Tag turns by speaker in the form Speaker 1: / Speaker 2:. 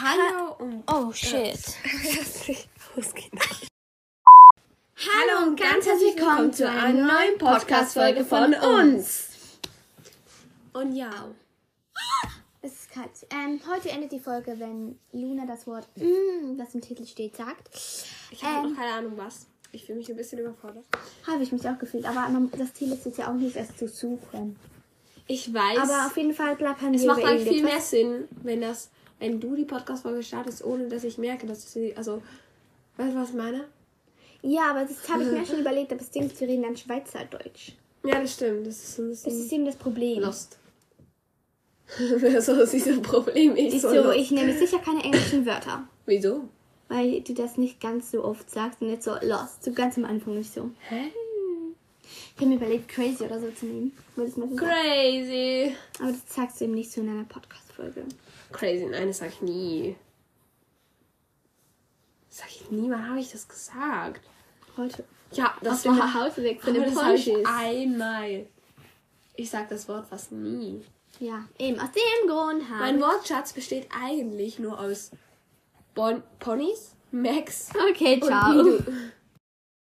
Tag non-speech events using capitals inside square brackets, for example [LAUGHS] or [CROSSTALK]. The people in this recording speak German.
Speaker 1: Hallo und
Speaker 2: Oh shit.
Speaker 3: Herzlich ausgedacht.
Speaker 1: Hallo und ganz herzlich willkommen zu einer neuen Podcast-Folge von uns. Und ja,
Speaker 4: Es ist kalt. Ähm, heute endet die Folge, wenn Luna das Wort, mm, das im Titel steht, sagt.
Speaker 3: Ich habe
Speaker 4: Ähm.
Speaker 3: noch keine Ahnung was. Ich fühle mich ein bisschen überfordert.
Speaker 4: Habe ich mich auch gefühlt, aber man, das Ziel ist jetzt ja auch nicht, es zu suchen.
Speaker 3: Ich weiß.
Speaker 4: Aber auf jeden Fall plappern wir
Speaker 3: es macht
Speaker 4: über
Speaker 1: halt
Speaker 3: eigentlich viel mehr
Speaker 4: irgendetwas.
Speaker 3: Sinn, wenn das, wenn du die Podcast-Folge startest, ohne dass ich merke, dass du sie. Also, weißt du, was ich meine?
Speaker 4: Ja, aber das habe ich mir
Speaker 1: [LAUGHS]
Speaker 4: schon überlegt, aber das Ding ist, wir reden dann Schweizerdeutsch.
Speaker 3: Ja, das stimmt. Das ist ein
Speaker 4: Das
Speaker 1: Mhm.
Speaker 3: bisschen
Speaker 4: ist eben das Problem.
Speaker 3: lost. [LAUGHS] so ist dieses Problem ich
Speaker 4: Ist
Speaker 3: so.
Speaker 4: so,
Speaker 3: lost.
Speaker 4: ich nehme sicher keine englischen Wörter,
Speaker 3: Wieso?
Speaker 4: weil du das nicht ganz so oft sagst und jetzt so lost, so ganz am Anfang nicht so.
Speaker 3: Hä?
Speaker 4: Ich habe mir überlegt, crazy oder so zu nehmen. Würdest du mal so sagen.
Speaker 3: Crazy.
Speaker 4: Aber das sagst du eben nicht so in einer Podcast-Folge.
Speaker 3: Crazy, nein, das sag ich nie. Das sag ich nie, wann habe ich das gesagt?
Speaker 4: Heute.
Speaker 3: Ja,
Speaker 4: Das
Speaker 3: das
Speaker 4: war
Speaker 3: war
Speaker 4: Haus weg von
Speaker 3: Aber
Speaker 4: den
Speaker 3: das habe ich
Speaker 4: Ponchis.
Speaker 3: einmal. Ich sag das Wort fast nie.
Speaker 4: Ja, eben aus dem Grund
Speaker 3: Mein
Speaker 4: haben.
Speaker 3: Wortschatz besteht eigentlich nur aus bon Ponys, Max
Speaker 4: Okay,
Speaker 3: und
Speaker 4: ciao.
Speaker 3: Pidu.